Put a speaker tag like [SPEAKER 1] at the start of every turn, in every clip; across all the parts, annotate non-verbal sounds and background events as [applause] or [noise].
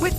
[SPEAKER 1] With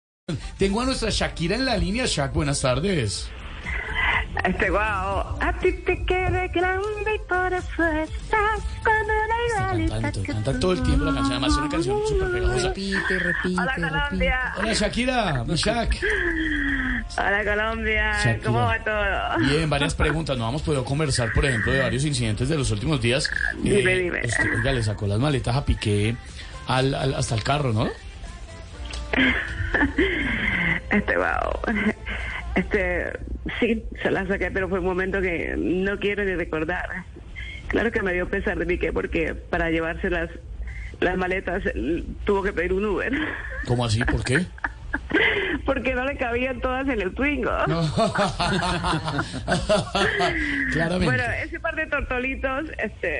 [SPEAKER 2] Tengo a nuestra Shakira en la línea. Shak, buenas tardes.
[SPEAKER 3] Este guau, a ti te quede grande y por eso estás con una igualita
[SPEAKER 2] Tanto,
[SPEAKER 3] que
[SPEAKER 2] canta
[SPEAKER 3] tú.
[SPEAKER 2] todo el tiempo la canción. Además, es una canción súper pegajosa.
[SPEAKER 4] Repite, repite,
[SPEAKER 3] Hola
[SPEAKER 4] repite.
[SPEAKER 3] Colombia,
[SPEAKER 2] Hola, Shakira. Shak.
[SPEAKER 3] hola Colombia,
[SPEAKER 2] Shakira.
[SPEAKER 3] ¿cómo va todo?
[SPEAKER 2] Bien, varias preguntas. No hemos podido conversar, por ejemplo, de varios incidentes de los últimos días.
[SPEAKER 3] Dime, dime.
[SPEAKER 2] usted, oiga, le sacó las maletas a Piqué al- al- hasta el carro, ¿no?
[SPEAKER 3] Este guau, este sí, se la saqué, pero fue un momento que no quiero ni recordar. Claro que me dio pesar de Piqué porque para llevarse las, las maletas él tuvo que pedir un Uber. [laughs]
[SPEAKER 2] ¿Cómo así? ¿Por qué? [laughs]
[SPEAKER 3] Porque no le cabían todas en el Twingo.
[SPEAKER 2] Claramente.
[SPEAKER 3] Bueno, ese par de tortolitos, este,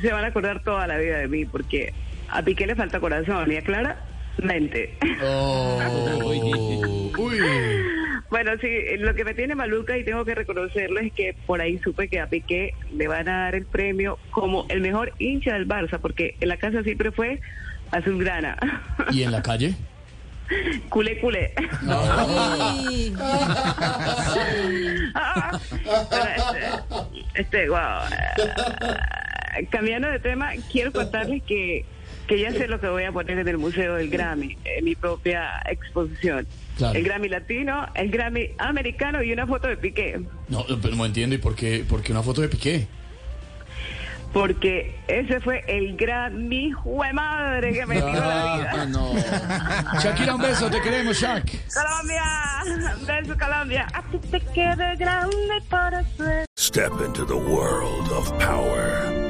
[SPEAKER 3] se van a acordar toda la vida de mí porque a Piqué le falta corazón y a Clara mente.
[SPEAKER 2] Oh, uy.
[SPEAKER 3] bueno, sí, lo que me tiene maluca y tengo que reconocerlo es que por ahí supe que a Piqué le van a dar el premio como el mejor hincha del Barça porque en la casa siempre fue azulgrana.
[SPEAKER 2] ¿Y en la calle?
[SPEAKER 3] culé, culé. [laughs]
[SPEAKER 4] Ay.
[SPEAKER 3] Pero este, este, guau. eh, Cambiando de tema, quiero contarles que, que ya sé lo que voy a poner en el Museo del Grammy, en mi propia exposición.
[SPEAKER 2] Claro.
[SPEAKER 3] El Grammy latino, el Grammy americano y una foto de Piqué.
[SPEAKER 2] No, pero no entiendo. ¿Y por qué, por qué una foto de Piqué?
[SPEAKER 3] Porque ese fue el Grammy, ¡jue madre! que me dio
[SPEAKER 2] Ah.
[SPEAKER 3] la vida.
[SPEAKER 2] no. Shakira, un beso. Te queremos, Shak.
[SPEAKER 3] Colombia, beso Colombia. A ti te quede grande para ser.
[SPEAKER 5] Step into the world of power,